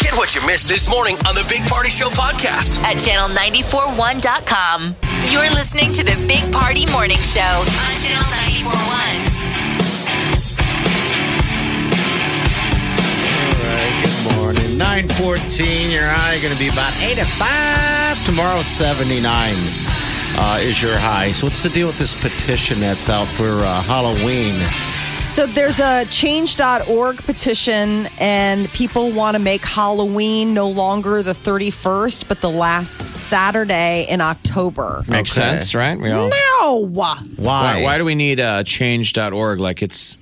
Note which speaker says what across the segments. Speaker 1: Get what you missed this morning on the Big Party Show podcast.
Speaker 2: at channel941.com. You're listening to the Big Party Morning Show on Channel 941.
Speaker 3: All right, good morning. 914, your high going to be about 85. Tomorrow, 79 uh, is your high. So, what's the deal with this petition that's out for uh, Halloween?
Speaker 4: So there's a change.org petition, and people want to make Halloween no longer the 31st, but the last Saturday in October.
Speaker 5: Makes
Speaker 3: Okay.
Speaker 5: sense, right? We all,
Speaker 4: No!
Speaker 3: Why?
Speaker 5: why, why do we need uh, change.org like it's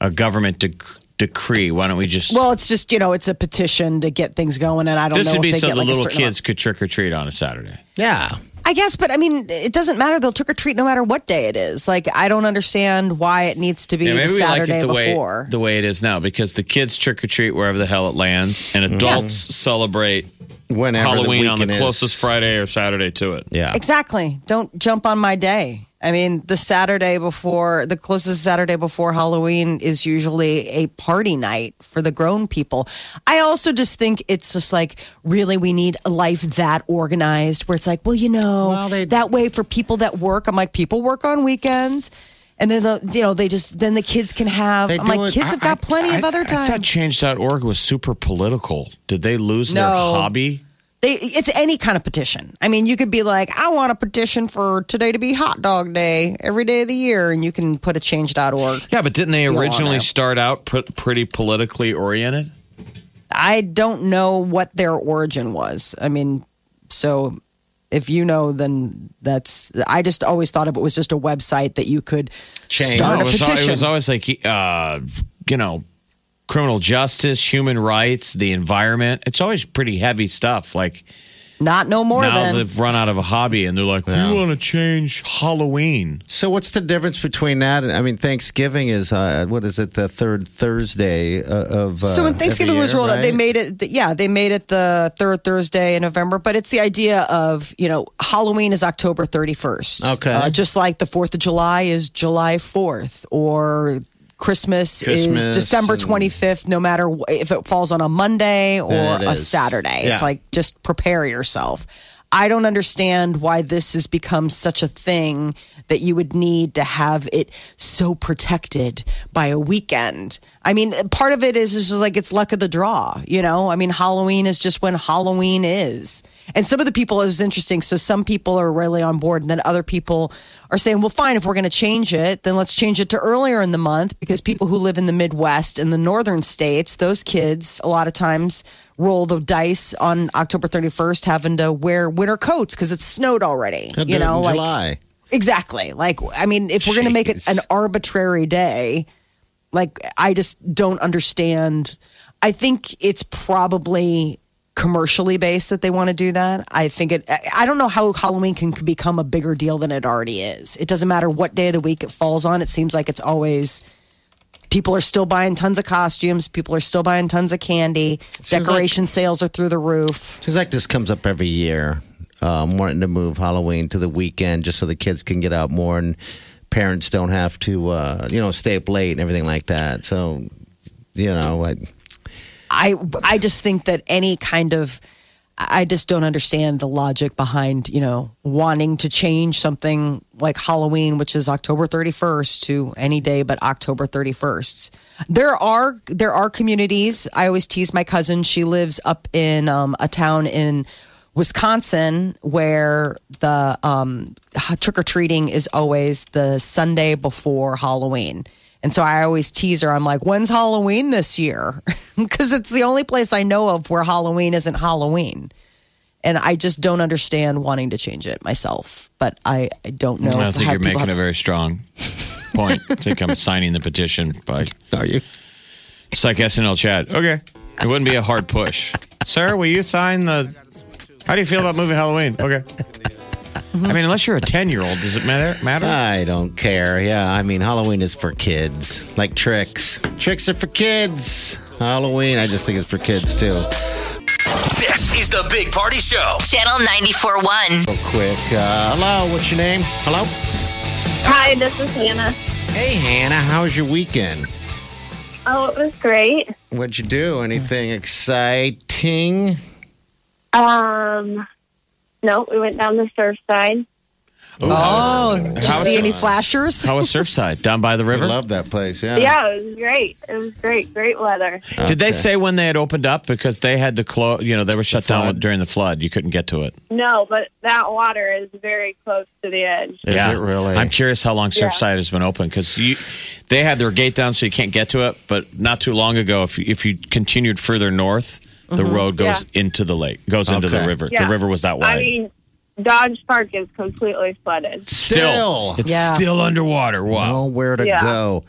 Speaker 5: a government dec- decree? Why don't we just.
Speaker 4: Well, it's just, you know, it's a petition to get things going, and I don't
Speaker 5: this
Speaker 4: know
Speaker 5: would
Speaker 4: if
Speaker 5: be
Speaker 4: they
Speaker 5: so
Speaker 4: get
Speaker 5: the
Speaker 4: like a
Speaker 5: little
Speaker 4: certain
Speaker 5: kids could trick or treat on a Saturday.
Speaker 3: Yeah.
Speaker 4: amount. I guess, but I mean, it doesn't matter. They'll trick or treat no matter what day it is. Like, I don't understand why it needs to be
Speaker 5: Yeah,
Speaker 4: the
Speaker 5: maybe we like
Speaker 4: Saturday
Speaker 5: it the way,
Speaker 4: before.
Speaker 5: the way it is now because the kids trick or treat wherever the hell it lands, and adults celebrate
Speaker 3: Whenever
Speaker 5: Halloween
Speaker 3: the
Speaker 5: on the
Speaker 3: weekend is.
Speaker 5: closest Friday or Saturday to it.
Speaker 3: Yeah.
Speaker 4: Exactly. Don't jump on my day. I mean, the Saturday before, the closest Saturday before Halloween is usually a party night for the grown people. I also just think it's just like, really, we need a life that organized where it's like, well, you know,
Speaker 3: Well, they-
Speaker 4: that way for people that work. I'm like, people work on weekends. And then, the, you know, they just, then the kids can have,
Speaker 3: They
Speaker 4: I'm like,
Speaker 3: do it-
Speaker 4: kids have
Speaker 3: I-
Speaker 4: got plenty of
Speaker 5: I-
Speaker 4: other
Speaker 5: I
Speaker 4: time.
Speaker 5: thought change.org was super political. Did they lose their
Speaker 4: No.
Speaker 5: hobby?
Speaker 4: They, it's any kind of petition. I mean, you could be like, I want a petition for today to be hot dog day every day of the year, and you can put a change.org.
Speaker 5: Yeah, but didn't they
Speaker 4: Deal on
Speaker 5: originally
Speaker 4: it.
Speaker 5: start out pr- pretty politically oriented?
Speaker 4: I don't know what their origin was. I mean, so if you know, then that's, I just always thought of it was just a website that you could
Speaker 3: Change.
Speaker 4: start
Speaker 5: No,
Speaker 4: a
Speaker 5: it, was, al-
Speaker 4: petition.
Speaker 5: it was always like, uh, you know, criminal justice, human rights, the environment. It's always pretty heavy stuff. Like
Speaker 4: Not no more
Speaker 5: now
Speaker 4: than.
Speaker 5: they've run out of a hobby and they're like, we want to change Halloween.
Speaker 3: So, what's the difference between that? and I mean, Thanksgiving is, uh, what is it, the third Thursday uh, of. Uh,
Speaker 4: so when
Speaker 3: every
Speaker 4: Thanksgiving was
Speaker 3: year,
Speaker 4: rolled out, they
Speaker 3: right?
Speaker 4: made it. th- Yeah, they made it the third Thursday in November. But it's the idea of you know Halloween is October thirty first.
Speaker 3: Okay.
Speaker 4: uh, just like the Fourth of July is July fourth, or Christmas,
Speaker 3: Christmas
Speaker 4: is December
Speaker 3: and-
Speaker 4: twenty fifth. No matter wh- if it falls on a Monday or
Speaker 3: Then it
Speaker 4: a
Speaker 3: is.
Speaker 4: Saturday, it's
Speaker 3: Yeah.
Speaker 4: like just prepare yourself. I don't understand why this has become such a thing that you would need to have it so protected by a weekend. I mean, part of it is is just like it's luck of the draw, you know? I mean, Halloween is just when Halloween is. And some of the people, it was interesting. So some people are really on board, and then other people are saying, well, fine, if we're going to change it, then let's change it to earlier in the month because people who live in the Midwest and the northern states, those kids, a lot of times, roll the dice on October 31st having to wear winter coats because it's snowed already.
Speaker 3: They'll do
Speaker 4: you
Speaker 3: it
Speaker 4: know,
Speaker 3: in
Speaker 4: like
Speaker 3: July.
Speaker 4: exactly. Like I mean, if we're going to make it an
Speaker 3: Jeez.
Speaker 4: arbitrary day, like I just don't understand. I think it's probably commercially based that they want to do that. I think it. I- I don't know how Halloween can become a bigger deal than it already is. It doesn't matter what day of the week it falls on. It seems like it's always. People are still buying tons of costumes. People are still buying tons of candy.
Speaker 3: Seems like-
Speaker 4: Decoration sales are through the roof.
Speaker 3: Seems like this comes up every year, um, wanting to move Halloween to the weekend just so the kids can get out more and parents don't have to, uh, you know, stay up late and everything like that. So, you know, I,
Speaker 4: I I just think that any kind of I just don't understand the logic behind you know wanting to change something like Halloween, which is October 31st, to any day but October 31st. There are there are communities. I always tease my cousin. She lives up in um, a town in Wisconsin where the um, trick or treating is always the Sunday before Halloween. And so I always tease her. I'm like, when's Halloween this year? Because it's the only place I know of where Halloween isn't Halloween. And I just don't understand wanting to change it myself. But I, I don't know.
Speaker 5: I don't
Speaker 4: if
Speaker 5: think
Speaker 4: how
Speaker 5: you're
Speaker 4: people
Speaker 5: making a
Speaker 4: have-
Speaker 5: very strong point. I think I'm signing the petition by
Speaker 3: are you?
Speaker 5: it's like SNL chat. Okay. It wouldn't be a hard push. Sir, will you sign the. How do you feel about moving Halloween? Okay. I mean, unless you're a 10 year old, does it matter?
Speaker 4: Uh,
Speaker 5: matter?
Speaker 3: I don't care. Yeah, I mean, Halloween is for kids. Like tricks. Tricks are for kids. Halloween, I just think it's for kids too.
Speaker 1: This is the Big Party Show.
Speaker 2: Channel 94.1.
Speaker 3: Real quick. Uh, hello, what's your name? Hello?
Speaker 6: Hi, this is Hannah.
Speaker 3: Hey, Hannah, how was your weekend?
Speaker 6: Oh, it was great.
Speaker 3: What'd you do? Anything exciting?
Speaker 6: Um, no, we went down the surf side.
Speaker 5: Ooh, how
Speaker 4: Oh,
Speaker 5: was-
Speaker 4: did you
Speaker 5: how was
Speaker 4: see
Speaker 5: it?
Speaker 4: any flashers?
Speaker 5: How was Surfside? Down by the
Speaker 3: I
Speaker 5: river?
Speaker 3: love that place. Yeah.
Speaker 6: Yeah, it was great. It was great. Great weather.
Speaker 5: Did they
Speaker 3: Okay.
Speaker 5: say when they had opened up because they had to close? You know, they were shut down
Speaker 3: flood.
Speaker 5: during the flood. You couldn't get to it.
Speaker 6: No, but that water is very close to the edge.
Speaker 3: Is it really?
Speaker 5: I'm curious how long
Speaker 6: Yeah.
Speaker 5: Surfside has been open because you, they had their gate down so you can't get to it. But not too long ago, if you, if you continued further north, the road goes into the lake, goes into the
Speaker 3: Okay.
Speaker 5: river.
Speaker 6: Mm-hmm. Yeah.
Speaker 5: The river was that wide.
Speaker 6: I mean, Dodge Park is completely flooded.
Speaker 3: Still.
Speaker 5: it's
Speaker 4: Yeah.
Speaker 5: still underwater. Wow.
Speaker 3: Nowhere to
Speaker 6: Yeah.
Speaker 3: go.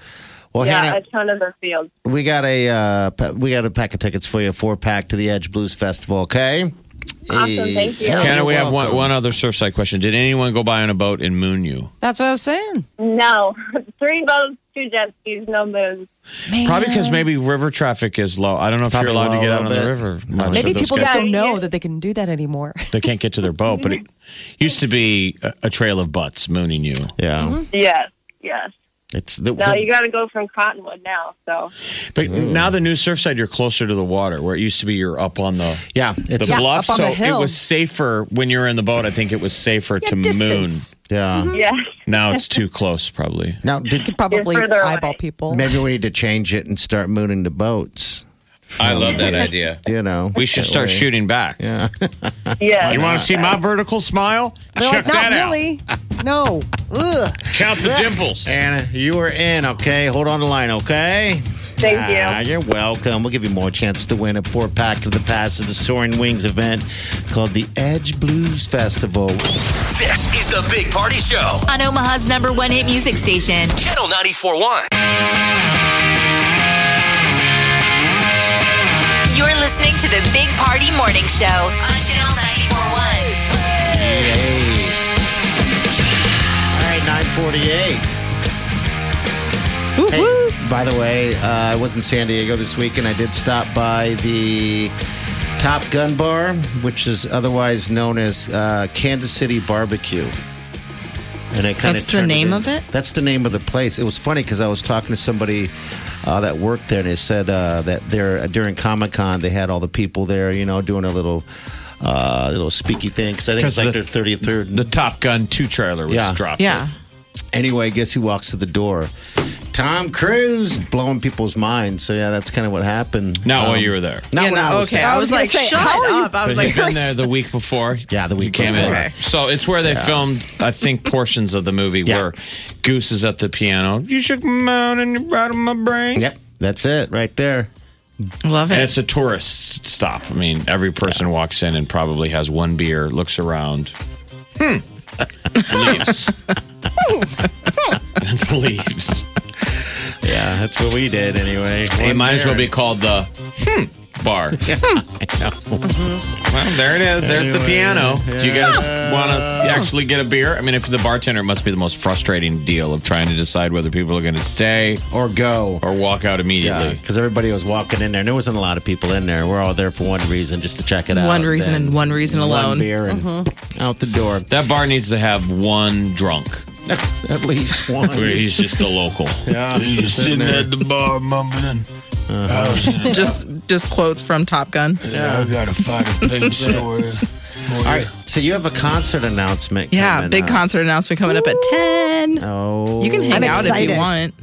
Speaker 3: Well,
Speaker 6: yeah,
Speaker 3: Hannah,
Speaker 6: a ton of the fields.
Speaker 3: we got a uh, pa- we got a pack of tickets for you, four pack to the Edge Blues Festival. Okay.
Speaker 6: Awesome, thank you.
Speaker 3: yeah,
Speaker 5: Hannah,
Speaker 3: you're
Speaker 5: we have one,
Speaker 3: welcome.
Speaker 5: one other Surfside question. Did anyone go by on a boat and moon you?
Speaker 4: That's what I was saying.
Speaker 6: No, three boats, two jet skis, no moons.
Speaker 5: Probably because maybe river traffic is low. I don't know if
Speaker 3: Probably
Speaker 5: you're allowed to
Speaker 3: low a
Speaker 5: get out on
Speaker 3: little
Speaker 5: the
Speaker 3: bit.
Speaker 5: river. I'm not
Speaker 4: Maybe
Speaker 5: sure those
Speaker 4: people
Speaker 5: guys-
Speaker 4: just don't know
Speaker 6: Yeah.
Speaker 4: that they can do that anymore.
Speaker 5: they can't get to their boat, but it used to be a, a trail of butts mooning you.
Speaker 3: Yeah.
Speaker 6: Yes, yes.
Speaker 3: It's the,
Speaker 6: No, Mm-hmm. you got to go from Cottonwood now. So
Speaker 5: But now the new Surfside, you're closer to the water, where it used to be you're up on the
Speaker 3: yeah.
Speaker 5: the
Speaker 3: It's
Speaker 4: Yeah,
Speaker 5: bluff.
Speaker 4: up on
Speaker 5: so
Speaker 4: the hill.
Speaker 5: it was safer when you were in the boat. I think it was safer to
Speaker 4: distance.
Speaker 3: yeah.
Speaker 6: yes,
Speaker 5: moon. Now it's too close, probably.
Speaker 3: Now, did,
Speaker 4: Could probably
Speaker 6: You're further away.
Speaker 4: eyeball people.
Speaker 3: maybe we need to change it and start mooning the boats.
Speaker 5: I love that idea.
Speaker 3: You know,
Speaker 5: We should
Speaker 3: That
Speaker 5: start
Speaker 3: way.
Speaker 5: shooting back.
Speaker 6: yes.
Speaker 5: You want to see my vertical smile?
Speaker 4: They're
Speaker 5: Check
Speaker 4: like, not
Speaker 5: that
Speaker 4: really. No. Ugh.
Speaker 5: out. Count the dimples.
Speaker 3: Anna, you are in. Okay, hold on the line. Okay.
Speaker 6: Thank you.
Speaker 3: Ah, you're welcome. We'll give you more chance to win a four pack of the pass of the Soaring Wings event called the Edge Blues Festival.
Speaker 1: This is the Big Party Show.
Speaker 2: On Omaha's number one hit music station.
Speaker 1: Channel 94.1.
Speaker 2: You're listening to the Big Party Morning Show. On Channel 94.1.
Speaker 3: All right, 948.
Speaker 4: Woo, woo.
Speaker 3: By the way, uh, I was in San Diego this week, and I did stop by the Top Gun Bar, which is otherwise known as uh, Kansas City Barbecue. And I kind
Speaker 7: That's the name of it?
Speaker 3: That's the name of the place. It was funny because I was talking to somebody uh, that worked there, and they said uh, that there during Comic Con they had all the people there, you know, doing a little uh, little speaky thing because I think it's
Speaker 5: 'Cause
Speaker 3: like
Speaker 5: the-
Speaker 3: their thirty third.
Speaker 5: The Top Gun 2 trailer was
Speaker 3: Yeah.
Speaker 5: dropped.
Speaker 7: Yeah.
Speaker 3: Anyway, I guess he walks to the door. Tom Cruise blowing people's minds. So yeah, that's kind of what happened.
Speaker 5: Not
Speaker 3: Um,
Speaker 5: while you were there.
Speaker 3: Not
Speaker 7: Yeah,
Speaker 3: when
Speaker 7: no,
Speaker 3: I was
Speaker 7: okay.
Speaker 3: there.
Speaker 7: I was
Speaker 4: I was
Speaker 7: like,
Speaker 4: gonna say,
Speaker 7: shut
Speaker 4: how are you-
Speaker 7: up. I was
Speaker 5: But
Speaker 7: like,
Speaker 5: you've been there the week before.
Speaker 3: Yeah, the
Speaker 5: you
Speaker 3: week
Speaker 5: came
Speaker 3: before.
Speaker 5: in. So it's where they filmed, I think, portions of the movie
Speaker 3: Yeah.
Speaker 5: where Goose is at the piano. You shook my mountain, you brought my brain.
Speaker 3: Yep, that's it right there.
Speaker 7: love
Speaker 5: And
Speaker 7: it.
Speaker 5: it's a tourist stop. I mean, every person walks in and probably has one beer, looks around, hmm, leaves, and leaves.
Speaker 3: Yeah, that's what we did anyway.
Speaker 5: It might as well be called the hmm bar. Well, there it is. There's the piano. Do you guys want to actually get a beer? I mean, if you're the bartender, it must be the most frustrating deal of trying to decide whether people are going to stay
Speaker 3: or go.
Speaker 5: or walk out
Speaker 3: Yeah,
Speaker 5: immediately.
Speaker 3: because Uh, everybody was walking in there, and there wasn't a lot of people in there. We're all there for one reason, just to check it out.
Speaker 7: One reason
Speaker 3: Then
Speaker 7: and one reason
Speaker 3: one
Speaker 7: alone. Mm-hmm.
Speaker 3: beer and out the door.
Speaker 5: That bar needs to have one drunk.
Speaker 3: At least one.
Speaker 5: Where he's just a local.
Speaker 3: Yeah,
Speaker 5: he's
Speaker 3: sitting
Speaker 5: sitting
Speaker 3: there.
Speaker 5: at the bar mumbling.
Speaker 7: Just just quotes from Top Gun.
Speaker 8: Yeah, I gotta find a place story.
Speaker 3: All right. So you have a concert announcement.
Speaker 7: Yeah,
Speaker 3: coming
Speaker 7: big
Speaker 3: up.
Speaker 7: concert announcement coming up at 10.
Speaker 3: Oh,
Speaker 7: You can hang
Speaker 4: I'm
Speaker 7: out if
Speaker 4: excited.
Speaker 7: you want.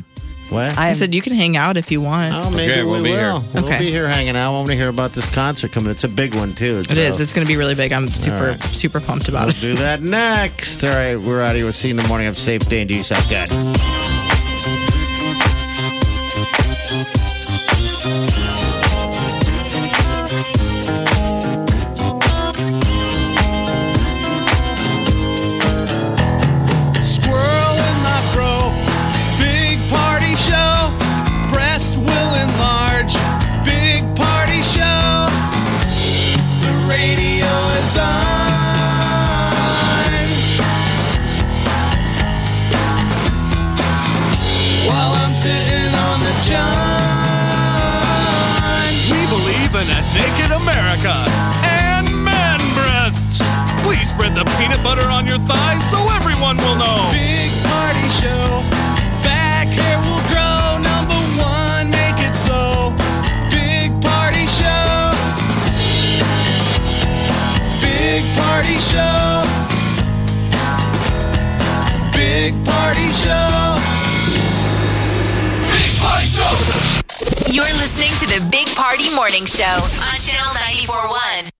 Speaker 3: what?
Speaker 7: I
Speaker 4: I'm-
Speaker 7: said you can hang out if you want.
Speaker 3: Oh, maybe
Speaker 5: Okay,
Speaker 3: we
Speaker 5: we'll be here.
Speaker 3: will. We'll
Speaker 7: Okay.
Speaker 3: be here hanging out. I want to hear about this concert coming. It's a big one too.
Speaker 7: It is. It's going to be really big. I'm super, super pumped about it.
Speaker 3: do that next. All right, we're out of here. We'll see you in the morning. Have a safe day and do yourself good.
Speaker 8: Squirrel in my bro. Big party show. Breast will enlarge. Big party show.
Speaker 5: done. We believe in a naked America and man breasts. Please spread the peanut butter on your thighs so everyone will know. Big party show. Back hair will grow. Number one, make it so. Big party show. Big party show. Big party show. Big party show.
Speaker 2: You're listening to the Big Party Morning Show on Channel 941.